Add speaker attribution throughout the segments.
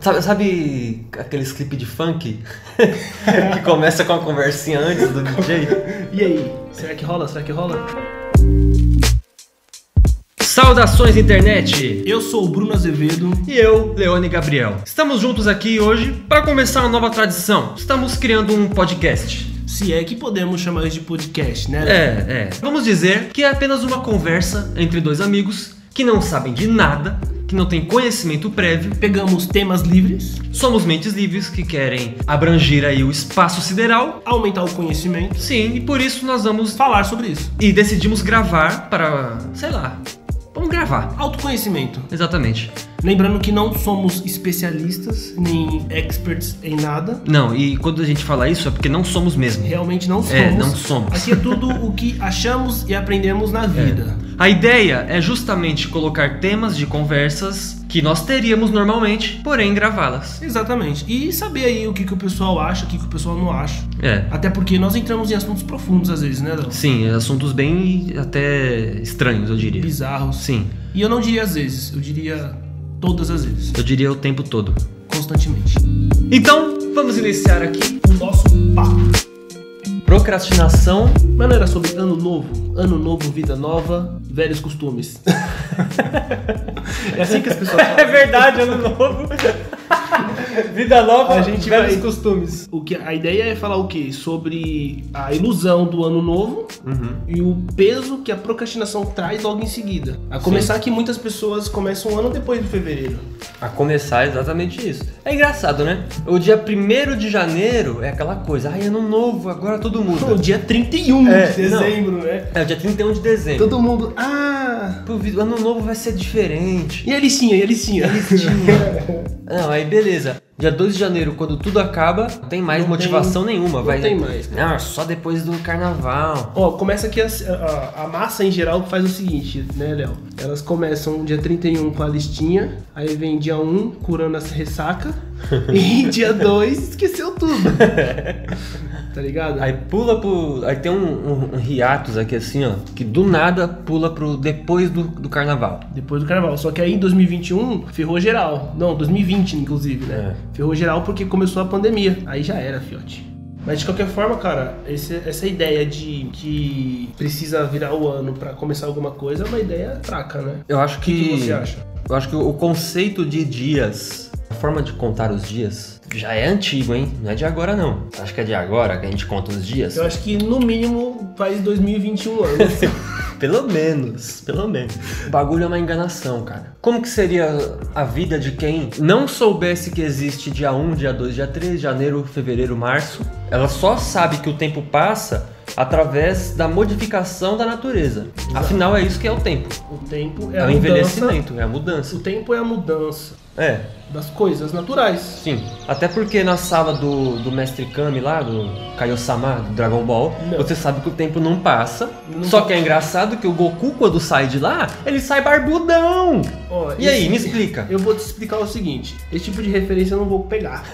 Speaker 1: Sabe, sabe aqueles clipes de funk? que começa com a conversinha antes do DJ?
Speaker 2: E aí? Será que rola? Será que rola?
Speaker 1: Saudações, internet!
Speaker 2: Eu sou o Bruno Azevedo.
Speaker 1: E eu, Leone Gabriel. Estamos juntos aqui hoje para começar uma nova tradição. Estamos criando um podcast.
Speaker 2: Se é que podemos chamar isso de podcast, né?
Speaker 1: É, é. Vamos dizer que é apenas uma conversa entre dois amigos que não sabem de nada, que não têm conhecimento prévio,
Speaker 2: Pegamos temas livres,
Speaker 1: somos mentes livres que querem abranger aí o espaço sideral.
Speaker 2: aumentar o conhecimento,
Speaker 1: Sim, e por isso nós vamos
Speaker 2: falar sobre isso.
Speaker 1: e decidimos gravar para, sei lá, vamos gravar.
Speaker 2: Autoconhecimento.
Speaker 1: Exatamente.
Speaker 2: Lembrando que não somos especialistas nem experts em nada.
Speaker 1: Não, e quando a gente fala isso é porque não somos mesmo.
Speaker 2: Realmente não somos.
Speaker 1: É, não somos. É.
Speaker 2: Aqui é tudo o que achamos e aprendemos na vida.
Speaker 1: A ideia é justamente colocar temas de conversas que nós teríamos normalmente, porém gravá-las.
Speaker 2: Exatamente. E saber aí o que, que o pessoal acha, o que, que o pessoal não acha.
Speaker 1: É.
Speaker 2: Até porque nós entramos em assuntos profundos às vezes, né, Léo?
Speaker 1: Sim, é assuntos bem até estranhos, eu diria.
Speaker 2: Bizarros.
Speaker 1: Sim,
Speaker 2: E eu não diria às vezes, eu diria todas as vezes,
Speaker 1: eu diria o tempo todo.
Speaker 2: constantemente.
Speaker 1: Então, vamos iniciar aqui.
Speaker 2: O nosso papo.
Speaker 1: Procrastinação.
Speaker 2: Mas não era sobre ano novo, ano novo, vida nova, velhos costumes. é assim que as pessoas falam.
Speaker 1: verdade, ano novo. Vida nova,
Speaker 2: A gente velhos
Speaker 1: costumes.
Speaker 2: O que, a ideia é falar o quê? Sobre a ilusão do ano novo e o peso que a procrastinação traz logo em seguida. A começar que muitas pessoas começam um ano depois do fevereiro.
Speaker 1: A começar exatamente isso. É engraçado, né? O dia 1 de janeiro é aquela coisa, ai, ano novo, agora todo
Speaker 2: Pô,
Speaker 1: muda.
Speaker 2: dia 31
Speaker 1: É,
Speaker 2: de dezembro, né?
Speaker 1: É o dia 31 de dezembro.
Speaker 2: Todo mundo, ah!
Speaker 1: Pô, vi- o ano novo vai ser diferente.
Speaker 2: E a licinha, e a licinha?
Speaker 1: Não, aí beleza. Dia 2 de janeiro, quando tudo acaba, não tem mais
Speaker 2: Não
Speaker 1: motivação nenhuma.
Speaker 2: não
Speaker 1: vai
Speaker 2: tem mais, né?
Speaker 1: Não, só depois do carnaval.
Speaker 2: Ó, começa aqui a, a- a massa em geral faz o seguinte, né, Léo? Elas começam dia 31 com a listinha, aí vem dia 1 curando essa ressaca, e dia 2 esqueceu tudo. tá ligado?
Speaker 1: Aí pula pro. Aí tem um, um, um hiatus aqui assim, ó. Que do nada pula pro depois do, do carnaval.
Speaker 2: Depois do carnaval. Só que aí em 2021 ferrou geral. Não, 2020 inclusive, né? Ferrou geral porque começou a pandemia. Aí já era, fiote. Mas de qualquer forma, cara, esse- essa ideia de que precisa virar o ano pra começar alguma coisa é uma ideia fraca, né?
Speaker 1: Eu acho
Speaker 2: O que
Speaker 1: que.
Speaker 2: você acha?
Speaker 1: Eu acho que o conceito de dias, a forma de contar os dias, já é antigo, hein? Não é de agora, não. Acho que é de agora que a gente conta os dias.
Speaker 2: Eu acho que no mínimo faz 2021 anos.
Speaker 1: Pelo menos, pelo menos. O bagulho é uma enganação, cara. Como que seria a vida de quem não soubesse que existe dia 1, dia 2, dia 3, janeiro, fevereiro, março? Ela só sabe que o tempo passa através da modificação da natureza. Afinal, é isso que é o tempo.
Speaker 2: o tempo é,
Speaker 1: É,
Speaker 2: a
Speaker 1: o
Speaker 2: mudança.
Speaker 1: envelhecimento, é a mudança.
Speaker 2: O tempo é a mudança
Speaker 1: É,
Speaker 2: das coisas naturais.
Speaker 1: sim. Até porque na sala do, do Mestre Kami lá, do Kaiosama, do Dragon Ball,
Speaker 2: Não.
Speaker 1: você sabe que o tempo não passa.
Speaker 2: Não
Speaker 1: só que é engraçado que o Goku, quando sai de lá, ele sai barbudão.
Speaker 2: Ó,
Speaker 1: E aí,
Speaker 2: esse-
Speaker 1: me explica.
Speaker 2: Eu vou te explicar o seguinte, esse tipo de referência eu não vou pegar.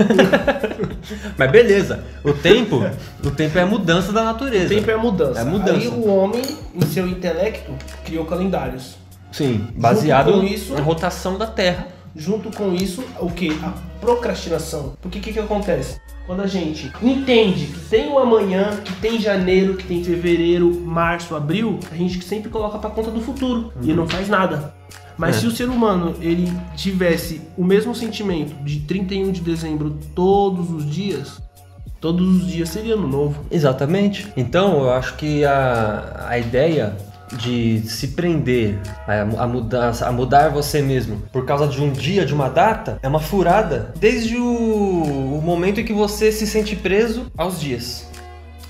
Speaker 1: Mas beleza, o tempo, o tempo é a mudança da
Speaker 2: O
Speaker 1: natureza.
Speaker 2: tempo é a mudança.
Speaker 1: É a mudança.
Speaker 2: Aí o homem, em seu intelecto, criou calendários.
Speaker 1: Sim, baseado
Speaker 2: com isso-
Speaker 1: na rotação da Terra.
Speaker 2: Junto com isso, o que? A procrastinação. Porque o que, que acontece? Quando a gente entende que tem o amanhã, que tem janeiro, que tem fevereiro, março, abril, a gente sempre coloca pra conta do futuro e não faz nada. Mas
Speaker 1: É.
Speaker 2: se o ser humano ele tivesse o mesmo sentimento de 31 de dezembro todos os dias, todos os dias seria ano novo.
Speaker 1: Exatamente. Então, eu acho que a, a ideia de se prender a, a mudar, a mudar você mesmo por causa de um dia, de uma data, é uma furada desde o, o momento em que você se sente preso aos dias.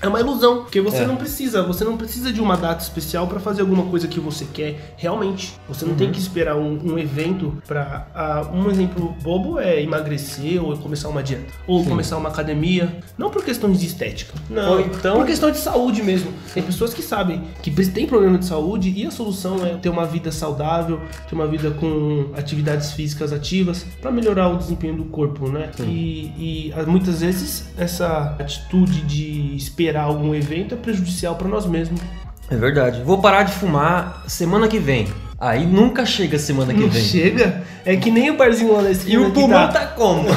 Speaker 2: É uma ilusão, porque você
Speaker 1: É.
Speaker 2: não precisa, você não precisa de uma data especial pra fazer alguma coisa que você quer realmente. Você não
Speaker 1: Uhum.
Speaker 2: tem que esperar um, um evento pra. ah, um exemplo bobo é emagrecer ou começar uma dieta ou começar uma academia, não por questões de estética, não,
Speaker 1: Ou então-
Speaker 2: por questão de saúde mesmo. Tem pessoas que sabem que pre- tem problema de saúde e a solução é ter uma vida saudável, ter uma vida com atividades físicas ativas pra melhorar o desempenho do corpo, né?
Speaker 1: Sim.
Speaker 2: E, e, ah, muitas vezes essa atitude de esperar algum evento é prejudicial pra nós mesmos.
Speaker 1: É verdade. Vou parar de fumar semana que vem. Aí nunca chega semana que
Speaker 2: Não
Speaker 1: vem.
Speaker 2: chega? É que nem o barzinho lá da esquina.
Speaker 1: E o
Speaker 2: que
Speaker 1: pulmão
Speaker 2: tá-
Speaker 1: tá como?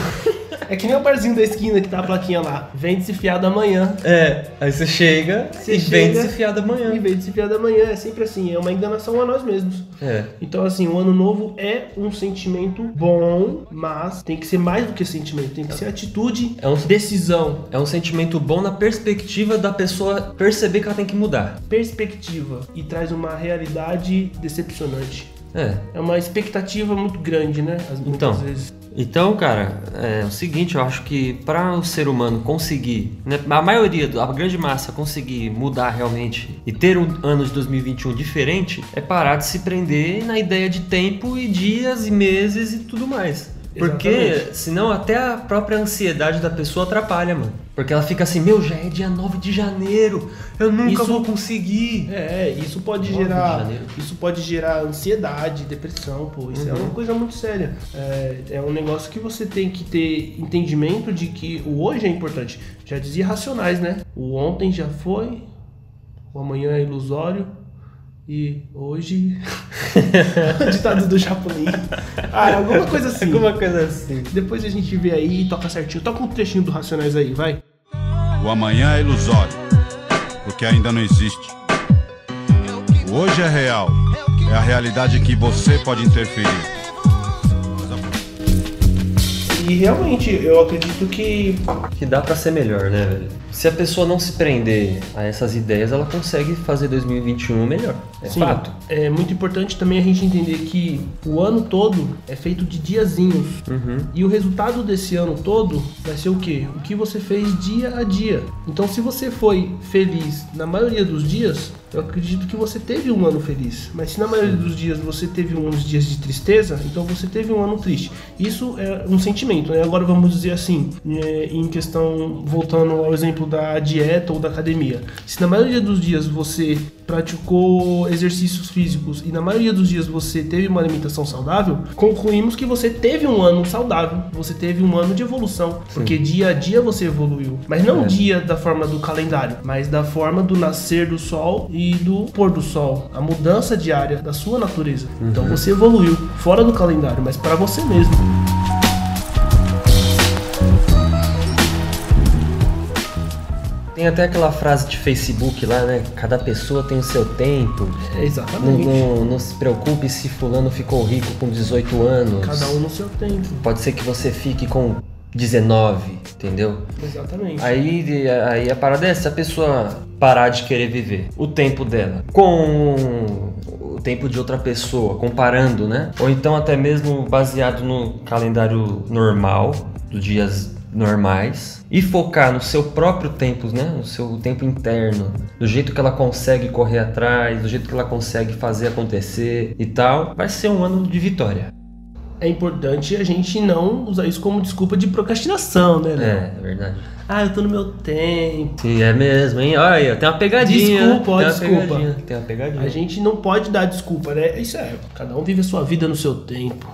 Speaker 2: É que nem o barzinho da esquina que tá a plaquinha lá. Vende-se fiado amanhã.
Speaker 1: É, aí você chega
Speaker 2: Você
Speaker 1: e
Speaker 2: chega
Speaker 1: vem desfiado amanhã.
Speaker 2: E vende-se fiado amanhã. É sempre assim. É uma enganação a nós mesmos.
Speaker 1: É.
Speaker 2: Então, assim, o ano novo é um sentimento bom, mas tem que ser mais do que sentimento. Tem que ser atitude,
Speaker 1: É um,
Speaker 2: decisão,
Speaker 1: é um sentimento bom na perspectiva da pessoa perceber que ela tem que mudar.
Speaker 2: perspectiva. E traz uma realidade decepcionante.
Speaker 1: É.
Speaker 2: É uma expectativa muito grande, né? As, muitas
Speaker 1: Então.
Speaker 2: vezes.
Speaker 1: Então, cara, é o seguinte, eu acho que para o ser humano conseguir, né, a maioria, a grande massa conseguir mudar realmente e ter um ano de 2021 diferente, é parar de se prender na ideia de tempo e dias e meses e tudo mais. Porque
Speaker 2: Exatamente.
Speaker 1: senão até a própria ansiedade da pessoa atrapalha, mano. Porque ela fica assim, meu, já é dia 9 de janeiro, eu nunca
Speaker 2: Isso-
Speaker 1: vou conseguir.
Speaker 2: É, isso pode
Speaker 1: 9 de
Speaker 2: gerar.
Speaker 1: janeiro.
Speaker 2: Isso pode gerar ansiedade, depressão, pô. Isso é
Speaker 1: Uhum.
Speaker 2: uma coisa muito séria. É, é um negócio que você tem que ter entendimento de que o hoje é importante. Já dizia racionais, né? O ontem já foi, o amanhã é ilusório. E hoje. Ditado do Chapolin. Ah, é alguma coisa assim.
Speaker 1: coisa assim.
Speaker 2: Depois a gente vê aí e toca certinho. Toca um trechinho do Racionais aí, vai.
Speaker 3: O amanhã é ilusório, porque ainda não existe. O hoje é real, é a realidade que você pode interferir.
Speaker 2: E realmente, eu acredito que
Speaker 1: que dá pra ser melhor, né, velho? Se a pessoa não se prender a essas ideias, ela consegue fazer 2021 melhor. É
Speaker 2: Sim,
Speaker 1: fato.
Speaker 2: é muito importante também a gente entender que o ano todo é feito de diazinhos.
Speaker 1: Uhum.
Speaker 2: E o resultado desse ano todo vai ser o quê? O que você fez dia a dia. Então, se você foi feliz na maioria dos dias, eu acredito que você teve um ano feliz. Mas se na maioria dos dias você teve uns dias de tristeza, então você teve um ano triste. Isso é um sentimento, né? Agora vamos dizer assim, é, em questão, voltando ao exemplo da dieta ou da academia. Se na maioria dos dias você praticou exercícios físicos e na maioria dos dias você teve uma alimentação saudável, concluímos que você teve um ano saudável, você teve um ano de evolução, porque dia a dia você evoluiu, mas não
Speaker 1: É.
Speaker 2: dia da forma do calendário, mas da forma do nascer do sol e do pôr do sol, a mudança diária da sua natureza.
Speaker 1: Uhum.
Speaker 2: Então você evoluiu fora do calendário, mas para você mesmo.
Speaker 1: Tem até aquela frase de Facebook lá, né? Cada pessoa tem o seu tempo.
Speaker 2: É,
Speaker 1: Não,
Speaker 2: exatamente.
Speaker 1: não- não se preocupe se fulano ficou rico com 18 anos.
Speaker 2: Cada um no seu tempo.
Speaker 1: Pode ser que você fique com 19, entendeu?
Speaker 2: Exatamente.
Speaker 1: Aí, aí a parada é se a pessoa parar de querer viver o tempo dela com o tempo de outra pessoa, comparando, né? Ou então até mesmo baseado no calendário normal, dos dias normais, e focar no seu próprio tempo, né? No seu tempo interno, do jeito que ela consegue correr atrás, do jeito que ela consegue fazer acontecer e tal, vai ser um ano de vitória.
Speaker 2: É importante a gente não usar isso como desculpa de procrastinação, né? Léo?
Speaker 1: É, é verdade.
Speaker 2: Ah, eu tô no meu tempo.
Speaker 1: Sim, é mesmo, hein? Olha, aí, ó, tem uma pegadinha. né?
Speaker 2: Desculpa, ó,
Speaker 1: tem uma
Speaker 2: desculpa.
Speaker 1: Pegadinha, tem uma pegadinha.
Speaker 2: A gente não pode dar desculpa, né? Isso é, cada um vive a sua vida no seu tempo.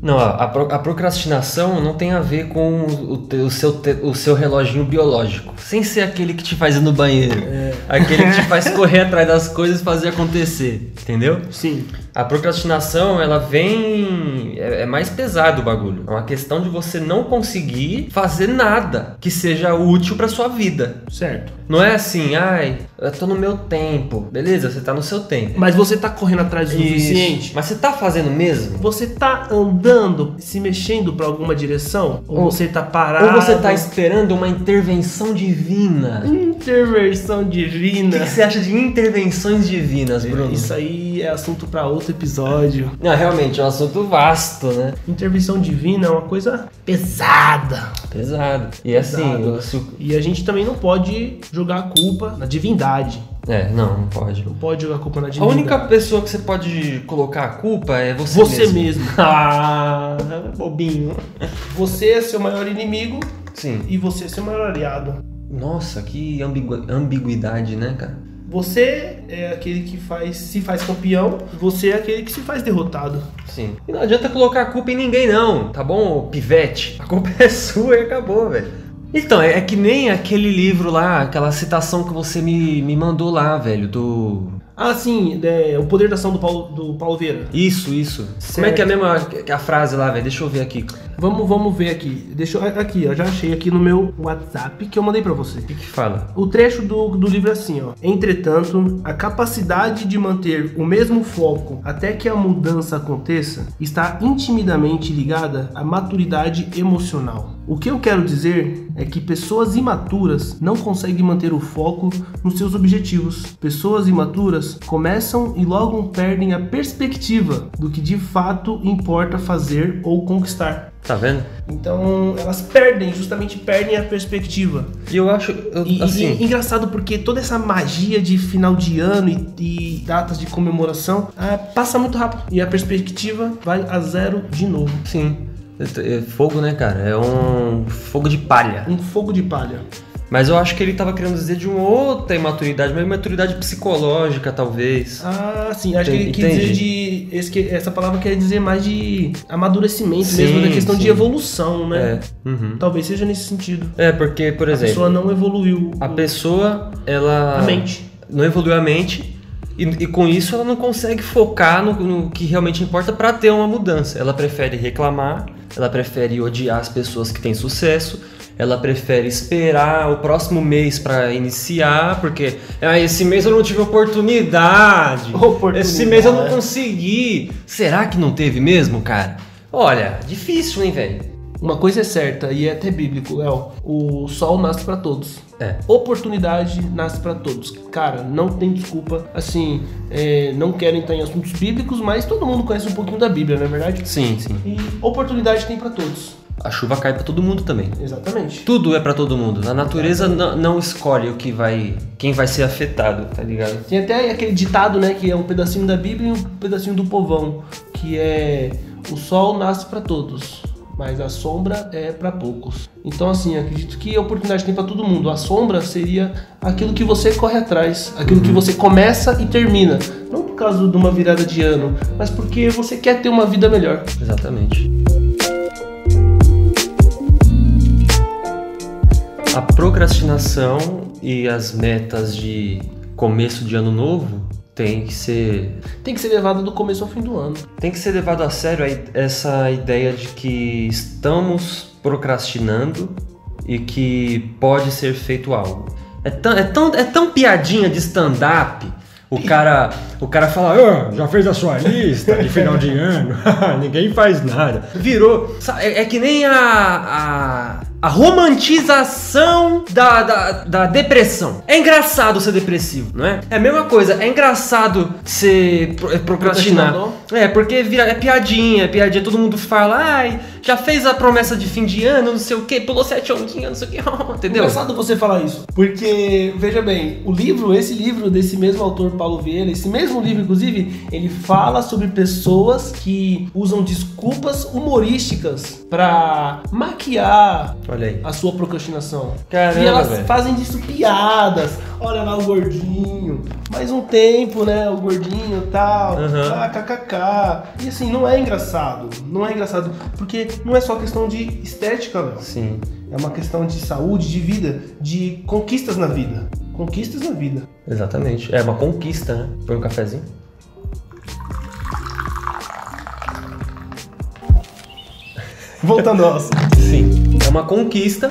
Speaker 1: Não, a, a pro- a procrastinação não tem a ver com o, te- o seu, te- o seu reloginho biológico. Sem ser aquele que te faz ir no banheiro.
Speaker 2: É.
Speaker 1: Aquele que te faz correr atrás das coisas e fazer acontecer. Entendeu?
Speaker 2: Sim.
Speaker 1: A procrastinação, ela vem. É, é mais pesado o bagulho. É uma questão de você não conseguir fazer nada que seja útil pra sua vida.
Speaker 2: Certo.
Speaker 1: Não é assim, ai, eu tô no meu tempo. Beleza, você tá no seu tempo.
Speaker 2: Mas você tá correndo atrás do suficiente?
Speaker 1: Isso. Mas você tá fazendo mesmo?
Speaker 2: Você tá andando, se mexendo pra alguma direção? Ou,
Speaker 1: Ou-
Speaker 2: você tá parado?
Speaker 1: Ou você tá esperando uma intervenção divina?
Speaker 2: Intervenção
Speaker 1: O que,
Speaker 2: divina.
Speaker 1: que você acha de intervenções divinas, Bruno?
Speaker 2: Isso aí é assunto pra outro episódio.
Speaker 1: Não, realmente, é um assunto vasto, né?
Speaker 2: Intervenção divina é uma coisa pesada.
Speaker 1: Pesado. E assim,
Speaker 2: Pesado.
Speaker 1: o- se o-
Speaker 2: E a gente também não pode jogar a culpa na divindade.
Speaker 1: é, não, não pode.
Speaker 2: Não pode jogar a culpa na
Speaker 1: A
Speaker 2: divindade.
Speaker 1: única pessoa que você pode colocar a culpa é você,
Speaker 2: Você
Speaker 1: mesmo.
Speaker 2: mesmo. Ah, bobinho. Você é seu maior inimigo
Speaker 1: Sim.
Speaker 2: e você é seu maior aliado.
Speaker 1: Nossa, que ambigu- ambiguidade, né, cara?
Speaker 2: Você é aquele que faz, se faz campeão, você é aquele que se faz derrotado.
Speaker 1: Sim. E não adianta colocar a culpa em ninguém, não, tá bom, ô pivete? A culpa é sua e acabou, velho. Então, é é que nem aquele livro lá, aquela citação que você me, me mandou lá, velho, do
Speaker 2: Ah, sim, é, o poder da ação do Paulo, do Paulo Vieira.
Speaker 1: Isso, isso. Como é que é mesmo a, a frase lá, velho? Deixa eu ver aqui. cara.
Speaker 2: Vamos, vamos ver aqui. Deixa eu, aqui, ó, já achei aqui no meu WhatsApp que eu mandei pra você.
Speaker 1: O que que fala?
Speaker 2: O trecho do, do livro é assim, ó. Entretanto, a capacidade de manter o mesmo foco até que a mudança aconteça está intimidamente ligada à maturidade emocional. O que eu quero dizer é que pessoas imaturas não conseguem manter o foco nos seus objetivos. Pessoas imaturas começam e logo perdem a perspectiva do que de fato importa fazer ou conquistar.
Speaker 1: Tá vendo?
Speaker 2: Então, elas perdem, justamente perdem a perspectiva.
Speaker 1: E eu acho, eu-
Speaker 2: E, e-
Speaker 1: assim...
Speaker 2: e engraçado porque toda essa magia de final de ano e, e datas de comemoração ah, passa muito rápido. E a perspectiva vai a zero de novo.
Speaker 1: Sim. É fogo, né, cara? É um fogo de palha.
Speaker 2: Um fogo de palha.
Speaker 1: Mas eu acho que ele tava querendo dizer de uma outra imaturidade, uma imaturidade psicológica, talvez.
Speaker 2: Ah, sim. Acho que ele quis
Speaker 1: Entendi.
Speaker 2: dizer de. esse que- essa palavra quer dizer mais de amadurecimento mesmo,
Speaker 1: Sim,
Speaker 2: da questão
Speaker 1: sim.
Speaker 2: de evolução, né?
Speaker 1: É, uhum.
Speaker 2: Talvez seja nesse sentido.
Speaker 1: É, porque, por
Speaker 2: A
Speaker 1: exemplo,
Speaker 2: pessoa não evoluiu.
Speaker 1: a pessoa, ela.
Speaker 2: A mente.
Speaker 1: Não evoluiu a mente. E, e com isso ela não consegue focar no, no que realmente importa pra ter uma mudança. Ela prefere reclamar, ela prefere odiar as pessoas que têm sucesso, ela prefere esperar o próximo mês pra iniciar, porque ah, esse mês eu não tive oportunidade.
Speaker 2: Oportunidade.
Speaker 1: Esse mês eu não consegui. Será que não teve mesmo, cara? Olha, difícil, hein, velho?
Speaker 2: Uma coisa é certa, e é até bíblico, Léo. O sol nasce pra todos.
Speaker 1: É.
Speaker 2: Oportunidade nasce pra todos. Cara, não tem desculpa. Assim, é, não quero entrar em assuntos bíblicos, mas todo mundo conhece um pouquinho da Bíblia, não é verdade?
Speaker 1: Sim, sim.
Speaker 2: E oportunidade tem pra todos.
Speaker 1: A chuva cai pra todo mundo também.
Speaker 2: Exatamente.
Speaker 1: Tudo é pra todo mundo. A natureza n- não escolhe o que vai, quem vai ser afetado, tá ligado?
Speaker 2: Tem até aquele ditado, né, que é um pedacinho da Bíblia e um pedacinho do povão, que é o sol nasce pra todos, mas a sombra é pra poucos. Então assim, acredito que a oportunidade tem pra todo mundo. A sombra seria aquilo que você corre atrás, aquilo que você começa e termina, não por causa de uma virada de ano, mas porque você quer ter uma vida melhor.
Speaker 1: Exatamente. A procrastinação e as metas de começo de ano novo tem que ser
Speaker 2: Tem que ser levada do começo ao fim do ano.
Speaker 1: tem que ser levado a sério a i- essa ideia de que estamos procrastinando e que pode ser feito algo. É tão, é tão, é tão piadinha de stand-up. O cara, o cara fala, "Ah, já fez a sua lista de final de ano, ninguém faz nada. Virou. sa- É, é que nem a, a, a romantização da, da, da depressão. É engraçado ser depressivo, não é? É a mesma coisa, é engraçado ser pro- é procrastinar.
Speaker 2: Procrastinador?
Speaker 1: É, porque vira, é piadinha, é piadinha, todo mundo fala, ai, já fez a promessa de fim de ano, não sei o que, pulou sete ondinhas, não sei o que, entendeu?
Speaker 2: É Engraçado você falar isso, porque veja bem, o livro, esse livro desse mesmo autor Paulo Vieira, esse mesmo livro inclusive, ele fala sobre pessoas que usam desculpas humorísticas pra maquiar
Speaker 1: Olha aí.
Speaker 2: a sua procrastinação.
Speaker 1: Caramba,
Speaker 2: e elas
Speaker 1: velho.
Speaker 2: fazem disso piadas. Olha lá o gordinho. Mais um tempo, né? O gordinho e tal.
Speaker 1: Aham.
Speaker 2: Ah, kkk. E assim, não é engraçado. Não é engraçado. Porque não é só questão de estética, Léo.
Speaker 1: Sim.
Speaker 2: É uma questão de saúde, de vida, de conquistas na vida. Conquistas na vida.
Speaker 1: Exatamente. É uma conquista, né? Põe um cafezinho.
Speaker 2: Voltando ao assunto.
Speaker 1: Sim. É uma conquista.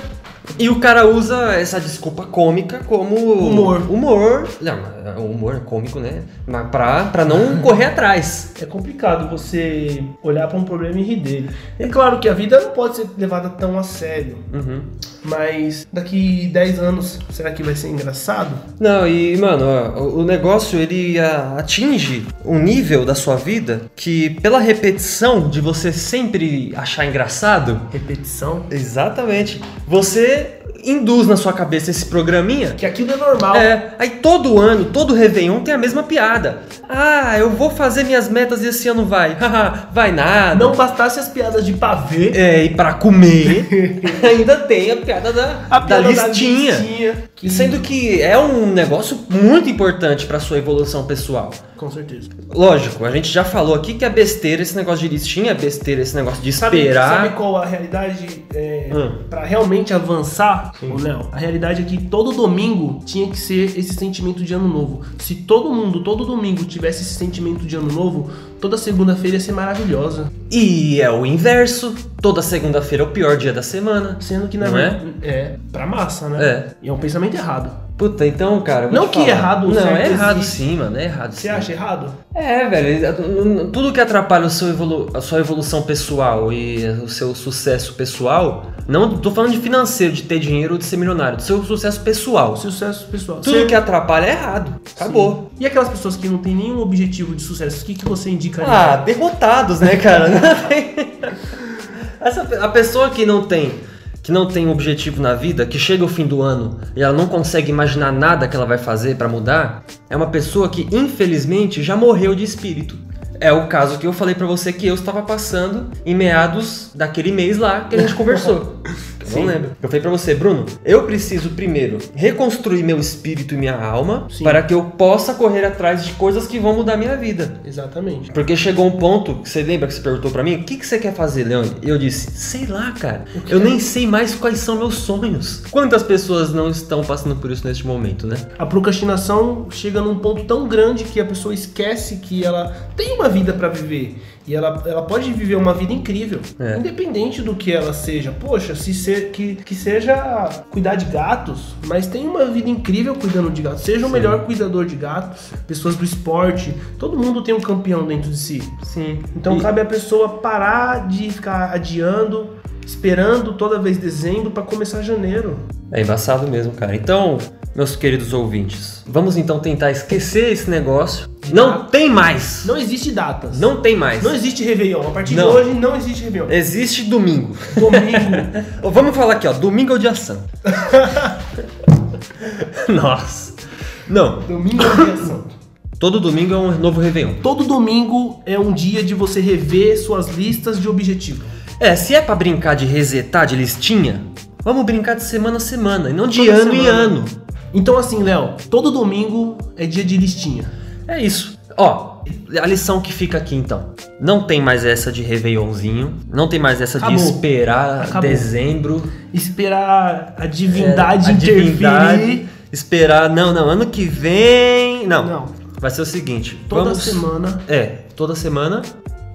Speaker 1: E o cara usa essa desculpa cômica como.
Speaker 2: Humor.
Speaker 1: Humor. Não, o humor é cômico, né? Mas pra, pra não correr atrás.
Speaker 2: É complicado você olhar pra um problema e rir dele. É claro que a vida não pode ser levada tão a sério,
Speaker 1: Uhum.
Speaker 2: mas daqui 10 anos, será que vai ser engraçado?
Speaker 1: Não, e, mano, ó, o- o negócio ele a- atinge um nível da sua vida que, pela repetição de você sempre achar engraçado,
Speaker 2: Repetição?
Speaker 1: exatamente, você induz na sua cabeça esse programinha
Speaker 2: Que aquilo é normal.
Speaker 1: É, aí todo ano, todo Réveillon tem a mesma piada. Ah, eu vou fazer minhas metas e esse ano vai. Haha, vai nada.
Speaker 2: Não bastasse as piadas de pavê,
Speaker 1: É, e pra comer, ainda tem a piada da,
Speaker 2: a
Speaker 1: da
Speaker 2: piada
Speaker 1: listinha.
Speaker 2: da listinha.
Speaker 1: E Sendo que é um negócio muito importante pra sua evolução pessoal.
Speaker 2: Com certeza.
Speaker 1: Lógico, a gente já falou aqui que é besteira esse negócio de listinha, é besteira esse negócio de
Speaker 2: Sabe,
Speaker 1: esperar.
Speaker 2: sabe qual a realidade é,
Speaker 1: Hum.
Speaker 2: pra realmente avançar? Ô, Léo, a realidade é que todo domingo tinha que ser esse sentimento de ano novo. Se todo mundo, todo domingo, tivesse esse sentimento de ano novo, toda segunda-feira ia ser maravilhosa.
Speaker 1: E é o inverso. Toda segunda-feira é o pior dia da semana.
Speaker 2: Sendo que na
Speaker 1: Não
Speaker 2: verdade. É? pra massa, né?
Speaker 1: É.
Speaker 2: E é um pensamento errado.
Speaker 1: Puta, então, cara. eu vou
Speaker 2: Não
Speaker 1: te
Speaker 2: que
Speaker 1: falar.
Speaker 2: errado,
Speaker 1: Não,
Speaker 2: certo
Speaker 1: é errado
Speaker 2: existe.
Speaker 1: sim, mano. É errado
Speaker 2: Você
Speaker 1: sim.
Speaker 2: acha errado?
Speaker 1: É, velho. Tudo que atrapalha o seu evolu- a sua evolução pessoal e o seu sucesso pessoal. Não tô falando de financeiro, de ter dinheiro ou de ser milionário. Do seu sucesso pessoal.
Speaker 2: Sucesso pessoal.
Speaker 1: Tudo que atrapalha é errado. Acabou.
Speaker 2: E aquelas pessoas que não têm nenhum objetivo de sucesso, o que, que você indica?
Speaker 1: Ah, derrotados, né, cara? Não tem- Essa, pe- a pessoa que não tem que não tem um objetivo na vida, que chega o fim do ano e ela não consegue imaginar nada que ela vai fazer pra mudar, é uma pessoa que infelizmente já morreu de espírito. É o caso que eu falei pra você que eu estava passando em meados daquele mês lá que a gente conversou. Eu não lembro. Eu falei pra você, Bruno, eu preciso primeiro reconstruir meu espírito e minha alma
Speaker 2: Sim.
Speaker 1: para que eu possa correr atrás de coisas que vão mudar minha vida.
Speaker 2: Exatamente.
Speaker 1: Porque chegou um ponto, que você lembra que você perguntou pra mim, o que, que você quer fazer, Leone? E eu disse, sei lá, cara, eu nem sei mais quais são meus sonhos. Quantas pessoas não estão passando por isso neste momento, né?
Speaker 2: A procrastinação chega num ponto tão grande que a pessoa esquece que ela tem uma vida pra viver. E ela, ela pode viver uma vida incrível.
Speaker 1: É.
Speaker 2: Independente do que ela seja. Poxa, se ser, que, que seja cuidar de gatos, mas tem uma vida incrível cuidando de gatos. Seja o melhor cuidador de gatos, pessoas do esporte, todo mundo tem um campeão dentro de si.
Speaker 1: Sim.
Speaker 2: Então cabe a pessoa parar de ficar adiando, esperando toda vez dezembro pra começar janeiro.
Speaker 1: É embaçado mesmo, cara. Então, meus queridos ouvintes, vamos então tentar esquecer esse negócio. Não tem mais!
Speaker 2: Não existe datas.
Speaker 1: Não tem mais.
Speaker 2: Não existe Réveillon. A partir
Speaker 1: Não.
Speaker 2: de hoje não existe Réveillon.
Speaker 1: Existe domingo.
Speaker 2: Domingo.
Speaker 1: Ó, Vamos falar aqui, ó. Domingo é o dia santo. Nossa. Não,
Speaker 2: domingo é o dia santo.
Speaker 1: todo domingo é um novo Réveillon.
Speaker 2: Todo domingo é um dia de você rever suas listas de objetivo.
Speaker 1: É, se é pra brincar de resetar de listinha, vamos brincar de semana a semana, e não de
Speaker 2: Toda
Speaker 1: ano em
Speaker 2: semana.
Speaker 1: ano.
Speaker 2: Então assim, Léo, todo domingo é dia de listinha.
Speaker 1: É isso. Ó, a lição que fica aqui então. Não tem mais essa de Réveillonzinho, não tem mais essa
Speaker 2: Acabou.
Speaker 1: de esperar
Speaker 2: Acabou.
Speaker 1: dezembro.
Speaker 2: Esperar a
Speaker 1: é,
Speaker 2: divindade
Speaker 1: a
Speaker 2: interferir.
Speaker 1: divindade, Esperar, não, não, ano que vem. Não.
Speaker 2: Não.
Speaker 1: Vai ser o seguinte.
Speaker 2: Toda
Speaker 1: vamos-
Speaker 2: semana
Speaker 1: É, toda semana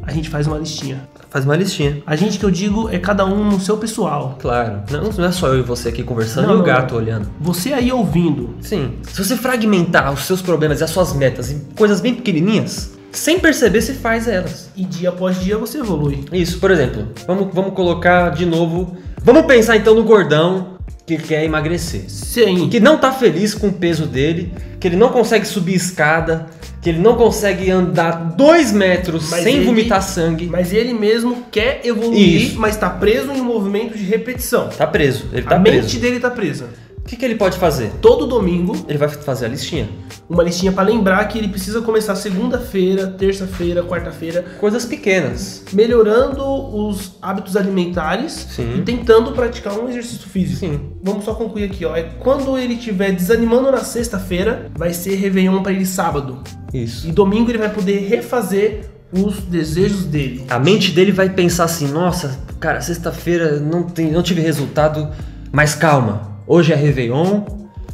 Speaker 2: a gente faz uma listinha.
Speaker 1: faz uma listinha.
Speaker 2: A gente que eu digo é cada um no seu pessoal.
Speaker 1: Claro. Não, não é só eu e você aqui conversando
Speaker 2: Não,
Speaker 1: e o
Speaker 2: não,
Speaker 1: gato
Speaker 2: não.
Speaker 1: olhando.
Speaker 2: Você aí ouvindo,
Speaker 1: Sim. Se você fragmentar os seus problemas e as suas metas em coisas bem pequenininhas, sem perceber se faz elas.
Speaker 2: e dia após dia você evolui.
Speaker 1: Isso, por exemplo, vamos, vamos colocar de novo. Vamos pensar então no gordão que quer emagrecer.
Speaker 2: Sim.
Speaker 1: Que não tá feliz com o peso dele, que ele não consegue subir escada, que ele não consegue andar dois metros
Speaker 2: Mas
Speaker 1: sem
Speaker 2: ele-
Speaker 1: vomitar sangue.
Speaker 2: Mas ele mesmo quer evoluir,
Speaker 1: Isso.
Speaker 2: mas tá preso em um movimento de repetição.
Speaker 1: Tá preso, ele tá
Speaker 2: a
Speaker 1: preso.
Speaker 2: mente dele tá presa.
Speaker 1: O que, que ele pode fazer?
Speaker 2: Todo domingo,
Speaker 1: Ele vai fazer a listinha.
Speaker 2: uma listinha pra lembrar que ele precisa começar segunda-feira, terça-feira, quarta-feira,
Speaker 1: Coisas pequenas.
Speaker 2: melhorando os hábitos alimentares
Speaker 1: Sim.
Speaker 2: e tentando praticar um exercício físico.
Speaker 1: Sim.
Speaker 2: Vamos só concluir aqui, ó. É quando ele tiver desanimando na sexta-feira, vai ser Réveillon pra ele sábado.
Speaker 1: Isso.
Speaker 2: E domingo ele vai poder refazer os desejos dele.
Speaker 1: A mente dele vai pensar assim: nossa, cara, sexta-feira não, tem- não tive resultado, mas calma, hoje é Réveillon,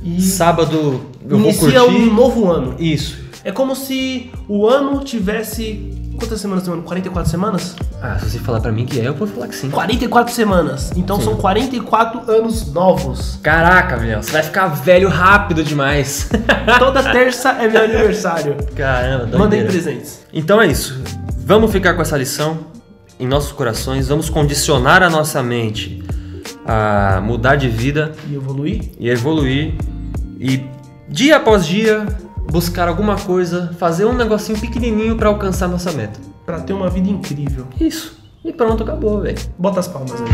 Speaker 2: E
Speaker 1: sábado eu
Speaker 2: inicia
Speaker 1: vou curtir.
Speaker 2: um novo ano.
Speaker 1: Isso.
Speaker 2: É como se o ano tivesse. Quantas semanas tem um ano? 44 semanas?
Speaker 1: Ah, se você falar pra mim que é, eu vou falar que sim.
Speaker 2: 44 semanas. Então são 44 anos novos.
Speaker 1: Caraca, Biel, você vai ficar velho rápido demais.
Speaker 2: Toda terça é meu aniversário.
Speaker 1: Caramba, doideira.
Speaker 2: Mandem presentes.
Speaker 1: Então é isso. Vamos ficar com essa lição em nossos corações, vamos condicionar a nossa mente a mudar de vida
Speaker 2: E evoluir?
Speaker 1: e evoluir e dia após dia buscar alguma coisa, fazer um negocinho pequenininho pra alcançar nossa meta.
Speaker 2: Pra ter uma vida incrível.
Speaker 1: Isso. E pronto, acabou, velho.
Speaker 2: Bota as palmas aí.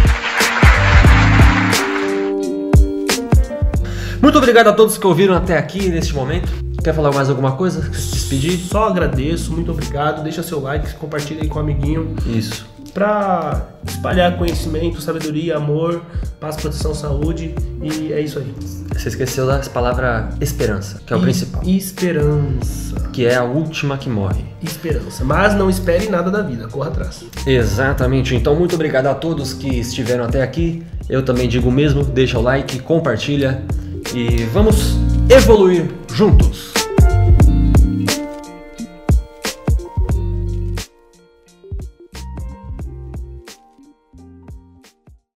Speaker 1: Muito obrigado a todos que ouviram até aqui neste momento. Quer falar mais alguma coisa? Se despedir?
Speaker 2: Só agradeço, muito obrigado. Deixa seu like, compartilha aí com o amiguinho.
Speaker 1: Isso.
Speaker 2: Pra espalhar conhecimento, sabedoria, amor, paz, proteção, saúde. E é isso aí.
Speaker 1: Você esqueceu da palavra esperança, que é o
Speaker 2: E
Speaker 1: principal,
Speaker 2: Esperança.
Speaker 1: que é a última que morre.
Speaker 2: Esperança. Mas não espere nada da vida, corra atrás.
Speaker 1: Exatamente. Então, muito obrigado a todos que estiveram até aqui Eu também digo o mesmo, deixa o like, compartilha e vamos evoluir juntos.